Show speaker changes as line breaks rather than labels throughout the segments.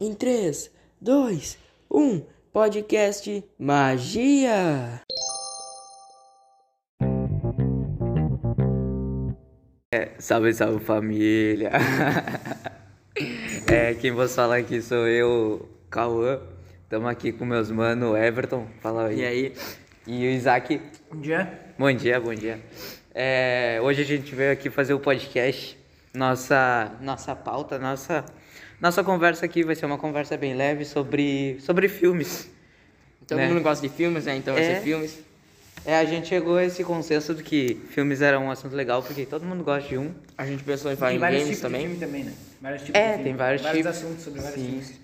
Em 3, 2, 1, podcast Magia! É, salve, salve família! É, quem vos fala aqui sou eu, Cauã. Tamo aqui com meus mano Everton, fala aí. E aí? E o Isaac.
Bom dia.
Bom dia, bom dia. É, hoje a gente veio aqui fazer o podcast. Nossa, nossa pauta, nossa, nossa conversa aqui vai ser uma conversa bem leve sobre, sobre filmes.
Todo
né?
mundo gosta de filmes, né? Então vai
É.
ser filmes.
É, a gente chegou a esse consenso de que filmes eram um assunto legal porque todo mundo gosta de um.
A gente pensou Tá em falar em
vários
games
tipos de
também.
filme também, né? Vários tipos
É,
de filme.
tem vários tipos.
assuntos sobre vários
Sim.
filmes.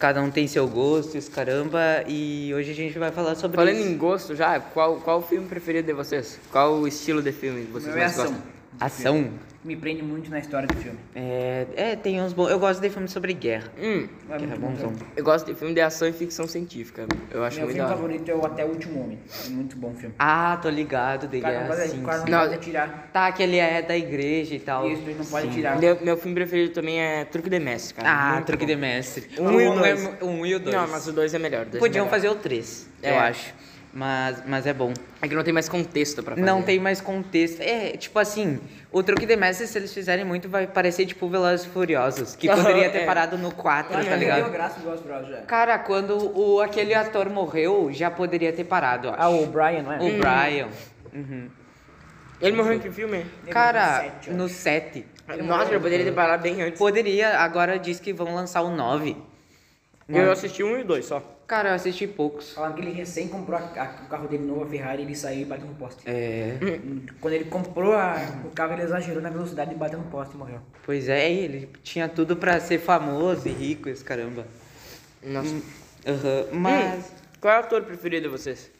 Cada um tem seu gosto, esse caramba, e hoje a gente vai falar sobre
Falando
isso.
em gosto já, qual, qual o filme preferido de vocês? Qual o estilo de filme que
O
vocês
meu é
mais
ação.
gostam?
ação.
Me prende muito na história do filme.
É, é, tem uns bons. Eu gosto de filmes sobre guerra.
Hum,
É
Que é
muito
bonzão.
eu gosto de filme de ação e ficção científica. Eu acho
Meu
muito
filme
da hora.
favorito é o Até o Último Homem. É muito bom filme.
Ah, tô ligado, de
O cara não
guerra,
pode,
sim.
o cara
é assim, sim.
não
Não.
pode atirar.
Tá, que ele é da igreja e tal.
Isso, ele não pode atirar.
Meu, meu filme preferido também é Truque de Mestre, cara.
Ah,
é Muito
truque
bom.
de mestre.
Um
O
e o
um é
dois.
mu- Um e o dois.
Não, mas o dois é melhor. o dois é
Podiam
melhor.
fazer o três,
É.
eu acho. Mas, mas é bom.
É que não tem mais contexto pra fazer.
Não tem mais contexto. É, tipo assim, o truque de mestre, se eles fizerem muito, vai parecer tipo Velozes e Furiosos, que poderia ter
É.
parado no 4, tá
Acho que perdeu a
ligado?
graça do Velozes e Furiosos já.
Cara, quando o, aquele ator morreu, já poderia ter parado, eu acho.
Ah, o Brian, não é?
O
Hum.
Brian. Uhum.
Ele morreu em que filme?
Ele morreu
Cara,
no sete, eu
no 7.
Nossa, eu poderia ter parado bem antes.
Poderia, agora diz que vão lançar o 9.
Eu assisti um e dois só.
Cara, eu assisti poucos.
Falaram que ele recém comprou a- a- o carro dele novo, a Ferrari, ele saiu e bateu no poste.
É.
Quando ele comprou a- o carro, ele exagerou na velocidade e bateu no poste e morreu.
Pois é, ele tinha tudo pra ser famoso e rico, esse caramba.
Nossa.
Aham, mas.
Hum, qual é o ator preferido de vocês?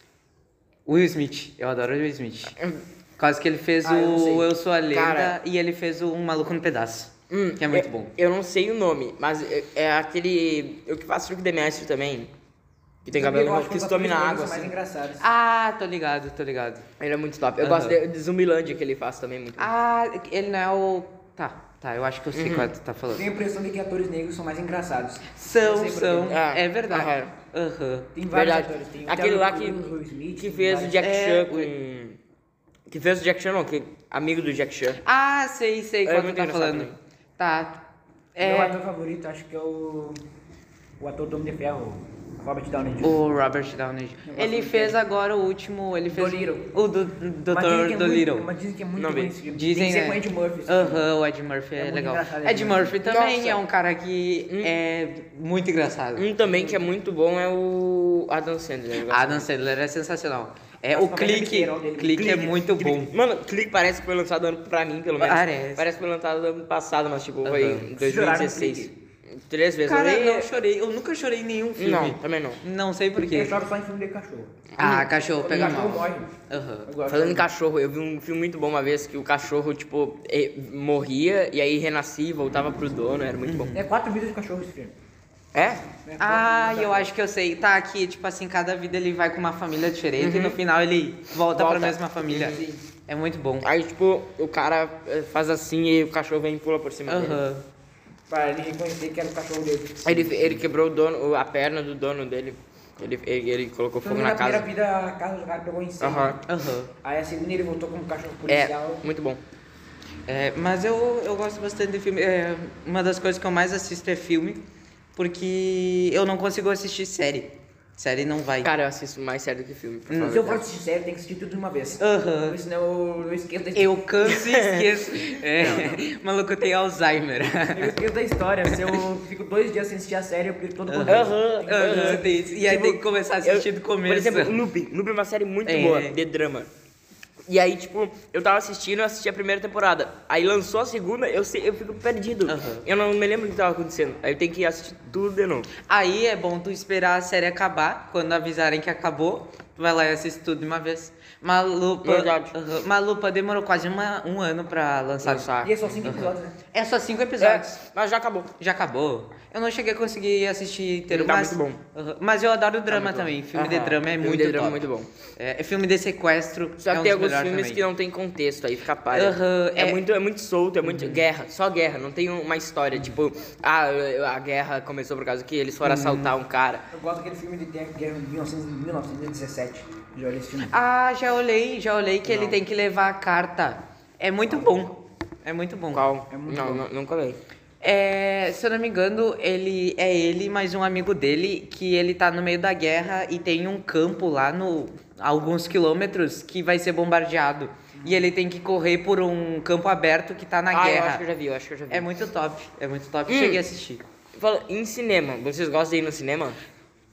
Will Smith, eu adoro o Will Smith.
Hum,
Por causa que ele fez
Ah, eu não
o
sei.
Eu Sou a Lenda
Cara.
e ele fez o Um Maluco no Pedaço.
Hum,
que é muito
eu-
bom.
Eu não sei o nome, mas é, é aquele. Eu que faço truque de mestre também. Que tem cabelo
Eu acho
roxo, que
os
se tome na
atores
água,
são mais
assim.
engraçados.
Ah, tô ligado, tô ligado.
Ele é muito top. Eu
Aham.
gosto de, de Zumbilândia que ele faz também muito. bom.
Ah, ele não é o. Tá, tá, eu acho que eu
Uhum.
sei qual tu tá falando.
Tenho a impressão de que atores negros são mais engraçados. Eu
São,
sei por
são.
quê.
Ah,
É verdade.
aham.
Aham.
Tem vários
Verdade.
atores. Tem o
Aquele
Terry
lá que,
Crews, o Will Smith,
que
tem
fez o
vários.
Jack
É,
Chan com. Que fez o Jack Chan, não, que é amigo do Jack Chan.
Ah, sei, sei
É
qual tu
muito
tá
engraçado
falando.
também.
Tá.
Meu
É.
ator favorito acho que é o. O ator do Homem de Ferro, o Robert Downey Jr.
O Robert Downey. Jr. Ele fez agora o último. Ele fez.
Dolittle.
O do,
Mas dizem
Dr.
que é
Dolittle.
muito- Mas dizem que é muito
Não
bom
vi. é.
esse filme.
Dizem,
Tem que ser
né?
com Ed Murphy. esse filme.
Aham, o Ed Murphy é,
muito
legal.
engraçado, Hum.
Ed
Ed
Murphy
Murphy.
também
Nossa.
é um cara que é muito engraçado.
Hum.
Um também que é muito bom é o Adam Sandler. eu gosto
Adam Sandler é sensacional. É
Nossa,
o
qualquer
clique,
besteirol dele.
clique é
Clique,
muito bom.
Mano, Clique parece que foi lançado ano pra mim, pelo menos.
Parece.
que foi lançado ano passado, mas tipo, foi
Aham.
em
Vocês choraram no
2016. Três vezes.
Cara,
eu
eu
nem-
não chorei. Eu nunca chorei em nenhum filme.
Não, também não.
Não sei porquê.
Eu choro só em filme de cachorro.
Ah, cachorro,
Quando
pega
o cachorro
mal.
morre.
Aham.
Eu gosto.
Falando em cachorro, eu vi um filme muito bom uma vez que o cachorro, tipo, eh, morria e aí renascia e voltava pro dono, era muito bom.
Uhum.
É quatro vidas de cachorro esse filme.
É?
É
Ah, eu acho que eu sei. Tá aqui, tipo assim, cada vida ele vai com uma família diferente e no final ele volta, pra
Uhum. Volta.
mesma família. É muito bom.
Aí, tipo, o cara eh, faz assim e o cachorro vem e pula por cima dele.
Aham.
Pra ele reconhecer que era o cachorro dele.
Aí Ele, ele quebrou o dono, a perna do dono dele. Ele, ele, ele colocou
Então,
fogo
na
na
primeira
casa.
vida, a casa do cara pegou um incêndio.
Aham.
Aham.
Aí a segunda ele voltou como cachorro policial.
É, muito bom.
É, mas eu, eu gosto bastante de filme. É, uma das coisas que eu mais assisto é filme, porque eu não consigo assistir série. Série não vai.
Cara, eu assisto mais sério do que filme,
Hum.
pra falar a
Se eu for
verdade.
assistir série, tem que assistir tudo de uma vez.
Aham.
Senão eu, eu esqueço da
Eu canso e esqueço. É, Maluco, eu tenho Alzheimer.
Eu esqueço da história. Se eu fico dois dias sem assistir a série, eu perco todo o contexto.
Aham, Tipo,
Aham, tem isso. E aí tem que começar a assistir
Eu-
do começo.
Por exemplo, Looping. Looping é uma série muito
É.
boa, de drama. E aí, tipo, eu tava assistindo, eu assisti a primeira temporada. Aí lançou a segunda, eu, sei- eu fico perdido.
Aham.
Eu não me lembro o que tava acontecendo. Aí eu tenho que assistir tudo de novo.
Aí é bom tu esperar a série acabar. Quando avisarem que acabou, tu vai lá e assiste tudo de uma vez. Malupa.
Verdade.
Aham, Malupa demorou quase uma- um ano pra lançar.
E é só cinco episódios, né?
É só cinco
É,
episódios.
mas já acabou.
Já acabou. Eu não cheguei a conseguir assistir inteiro,
Tá
mas...
muito Tá
Aham, Mas eu adoro drama também. Filme de
Aham.
drama é
Filme
muito
de drama é
top.
muito bom.
É, é filme de sequestro.
Só
é
que
um
tem
dos
alguns
melhores
filmes
também.
que não tem contexto, aí fica pá.
Aham,
é,
é. Uhum.
muito, é muito solto, é muito guerra, só guerra, não tem uma história, tipo, ah, a guerra começou por causa que eles foram
Uhum.
assaltar um cara.
Eu gosto daquele filme de guerra de 1900 1917. Já olhei esse filme.
Ah, já olhei, já olhei que ele tem que levar a carta. É muito bom. É muito bom.
Qual?
É muito
não,
bom.
não, nunca vi.
É, se eu não me engano, ele é ele mais um amigo dele que ele tá no meio da guerra e tem um campo lá no alguns quilômetros que vai ser bombardeado e ele tem que correr por um campo aberto que tá na
ah, eu
guerra.
acho que eu já vi, eu acho que eu já vi.
É muito top, é muito top.
Hum.
Cheguei a assistir.
Fala, em cinema, vocês gostam de ir no cinema?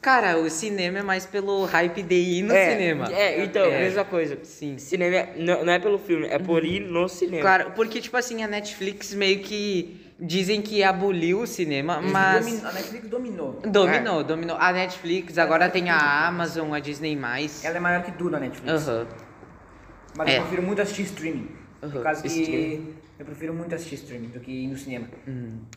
Cara, o cinema é mais pelo hype de ir no
é,
cinema.
É, então,
É.
mesma coisa.
Sim. Uhum.
Cinema é- não, não é pelo filme, é por ir no cinema.
Claro, porque tipo assim, a Netflix meio que dizem que aboliu o cinema, mas
Domin- A Netflix dominou.
Dominou, dominou. A Netflix, agora tem a Amazon, a Disney+. Uhum. mais.
Ela é maior que tudo a Netflix.
Aham.
Mas
Ah, É.
eu prefiro muito assistir streaming.
Aham,
Por causa que
streaming. Hum,
eu prefiro muito assistir streaming do que ir no cinema.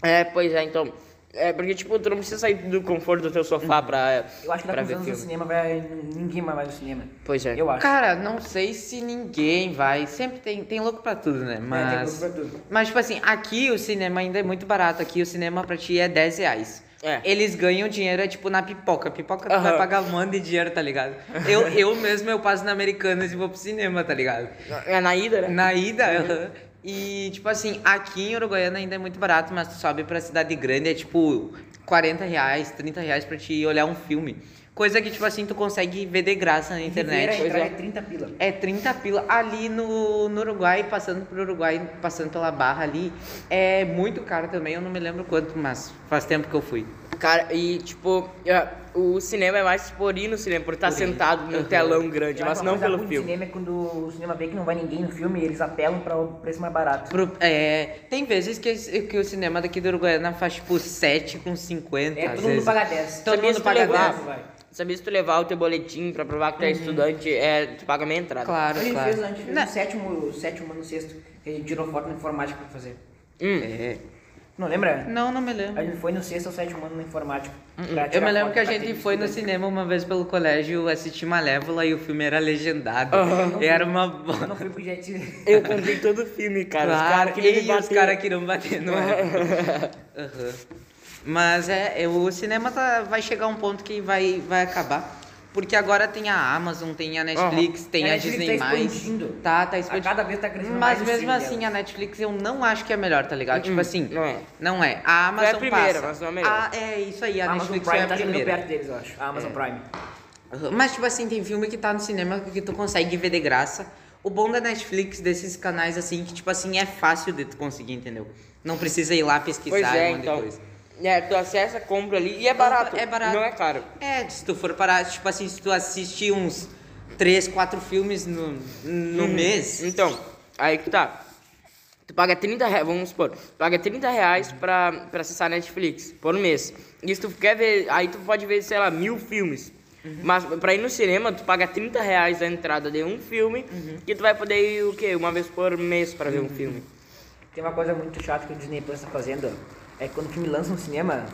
É, pois é, então. É, porque, tipo, tu não precisa sair do conforto do teu sofá pra,
Eu acho que
pra
daqui uns
ver
anos
filme.
no cinema vai. ninguém mais vai no cinema.
assim.
Pois é.
Eu acho.
Cara, não sei se ninguém vai. Sempre tem, tem louco pra tudo, né? Mas.
tem louco pra tudo.
Mas, tipo assim, aqui o cinema ainda é muito barato. Aqui o cinema pra ti é 10 reais.
É.
Eles ganham dinheiro, é tipo, na pipoca. Pipoca tu vai
Aham.
pagar um monte de dinheiro, tá ligado? Eu, eu mesmo, eu passo na Americanas e vou pro cinema, tá ligado?
É na ida, né?
Na ida, aham. E, tipo assim, aqui em Uruguaiana ainda é muito barato, mas tu sobe pra cidade grande, é tipo 40 reais, 30 reais pra te olhar um filme. Coisa que, tipo assim, tu consegue ver de graça na
Primeira
internet.
entrada
é.
é 30 pila.
É 30 pila. Ali no, no Uruguai, passando pro Uruguai, passando pela barra ali, é muito caro também, eu não me lembro quanto, mas faz tempo que eu fui.
Cara, e tipo, é, o cinema é mais por ir no cinema, por estar sentado
Uhum.
num telão grande,
Eu
mas
acho uma
não
coisa
pelo
ruim do
filme.
cinema é quando o cinema vê que não vai ninguém no filme, eles apelam pra o preço mais barato.
Pro- é, tem vezes que, esse- que o cinema daqui do Uruguaiana faz tipo 7 com 50.
É,
às
todo mundo
vezes.
paga 10.
Todo
Sabia
mundo
se tu
paga
levar-
10.
vai.
Sabia se tu levar o teu boletim pra provar que tu é estudante, é, tu paga meia entrada.
Uhum. Claro,
a gente
claro.
fez, a gente fez
Não,
o sétimo, o sétimo ano sexto, que a gente tirou foto na informática pra fazer.
Hum,
é.
Não lembra?
Não, não me lembro.
A gente foi no sexto ou sétimo ano na informática. pra
Uhum. Eu
tirar
me lembro
foto
que a
pra
gente
ter
foi no
estudante.
cinema uma vez pelo colégio assistir Malévola e o filme era legendado. E era uma boa.
Eu não fui porque já tinha...
eu comprei todo o filme, cara. os
Claro,
caras queriam me
e os
bater.
caras que não bater, não é? Aham. Mas é, é, o cinema tá- vai chegar um ponto que vai, vai acabar. Porque agora tem a Amazon, tem a Netflix, tem a,
A Netflix
Disney+.
tá expandindo.
Tá, tá expandindo.
cada vez tá crescendo
Mas
mais Hum, o
mesmo
streaming
assim,
dela.
a Netflix eu não acho que é melhor, tá ligado? Tipo assim,
não é.
Não é. A
Foi a
Amazon
primeira,
passa.
mas não é a melhor.
Ah, é isso aí, a
A Amazon
Netflix
Prime
foi é
tá
a
chegando
primeira. É.
perto deles, eu acho. A Amazon Prime.
Aham, Mas, tipo assim, tem filme que tá no cinema que tu consegue ver de graça. O bom da Netflix, desses canais, assim, que, tipo assim, é fácil de tu conseguir, entendeu? Não precisa ir lá pesquisar
Pois é,
um monte
então.
de coisa.
É, tu acessa, compra ali e é barato.
É barato.
Não é caro.
É, se tu for parar, tipo assim, se tu assistir uns três, quatro filmes no, no mês.
Então, aí que tá. Tu paga 30 reais, vamos supor, tu paga 30 reais pra, pra acessar Netflix por mês. E se tu quer ver, aí tu pode ver, sei lá, mil filmes.
Uhum.
Mas pra ir no cinema, tu paga 30 reais a entrada de um filme,
Uhum.
que tu vai poder ir o quê? Uma vez por mês pra ver um filme.
Tem uma coisa muito chata que o Disney Plus tá fazendo, é que quando o filme lança no cinema,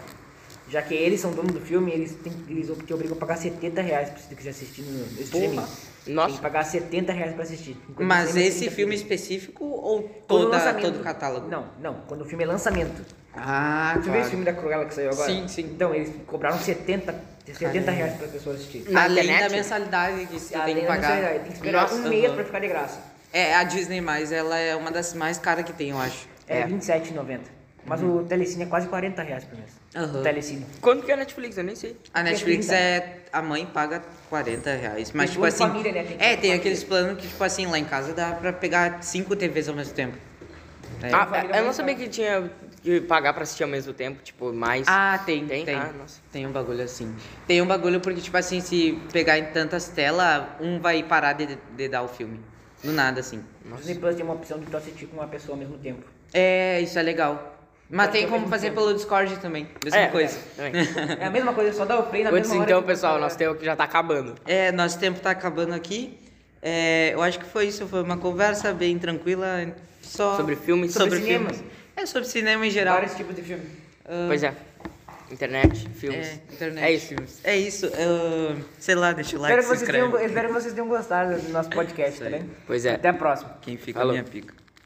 já que eles são donos do filme, eles, têm, eles te obrigam a pagar 70 reais pra se tu quiser assistir no no streaming. Tem
Nossa.
que pagar 70 reais pra assistir. Enquanto no
Mas
cinema é
esse
30
assim
filme
pila.
específico ou
Quando
toda-
lançamento-
todo o catálogo?
Não, não. Quando o filme é lançamento.
Ah,
Tu viu
claro.
esse filme da Cruella que saiu agora?
Sim, sim.
Então, eles cobraram 70, 70 reais pra pessoa assistir. Ah,
Na
Além
internet?
da mensalidade que tu tem
Além
que
da
pagar.
mensalidade, Tem que esperar
Nossa,
um mês
aham.
pra ficar de graça.
É, a Disney+, ela é uma das mais caras que tem, eu acho.
É,
É.
R$27,90. Mas o Telecine é quase 40 reais por mês.
Uhum. Aham.
O Telecine.
Quanto que é a Netflix? Eu nem sei.
A Netflix
30.
é... A mãe paga 40 reais, mas
Tem
tipo
plano
assim...
família, né? Tem
é,
plano
tem
família.
aqueles planos que tipo assim, lá em casa dá pra pegar cinco TVs ao mesmo tempo. É.
Ah, eu não sabia que tinha que pagar pra assistir ao mesmo tempo, tipo, mais.
Ah, tem,
Tem?
tem. Tem.
Ah, nossa.
um bagulho assim. Tem um bagulho porque, tipo assim, se pegar em tantas telas, um vai parar de, de dar o filme. Do nada, assim.
O Disney Plus tem uma opção de tu assistir com uma pessoa ao mesmo tempo.
É, isso é legal. Mas
Mas
tem
ao
como
mesmo
fazer
tempo.
pelo Discord também. Mesma
É,
coisa.
é,
É a mesma coisa, só dá o play na
Antes
mesma hora.
então,
que- é
pessoal, nosso tempo já tá acabando.
É, nosso tempo tá acabando aqui. É, É, eu acho que foi isso, foi uma conversa bem tranquila. Só
Sobre filmes?
sobre,
Sobre cinema.
filmes. É sobre cinema em geral.
Vários tipos tipo de filme.
Ah,
Pois é. Internet, filmes.
É, internet.
É isso, filmes.
É isso. ah, sei lá, deixa o like,
Espero
se
que vocês
inscreve.
tenham, espero que vocês tenham gostado do nosso podcast, tá bem?
Pois é.
Até a próxima.
Quem fica,
Falou.
minha pica.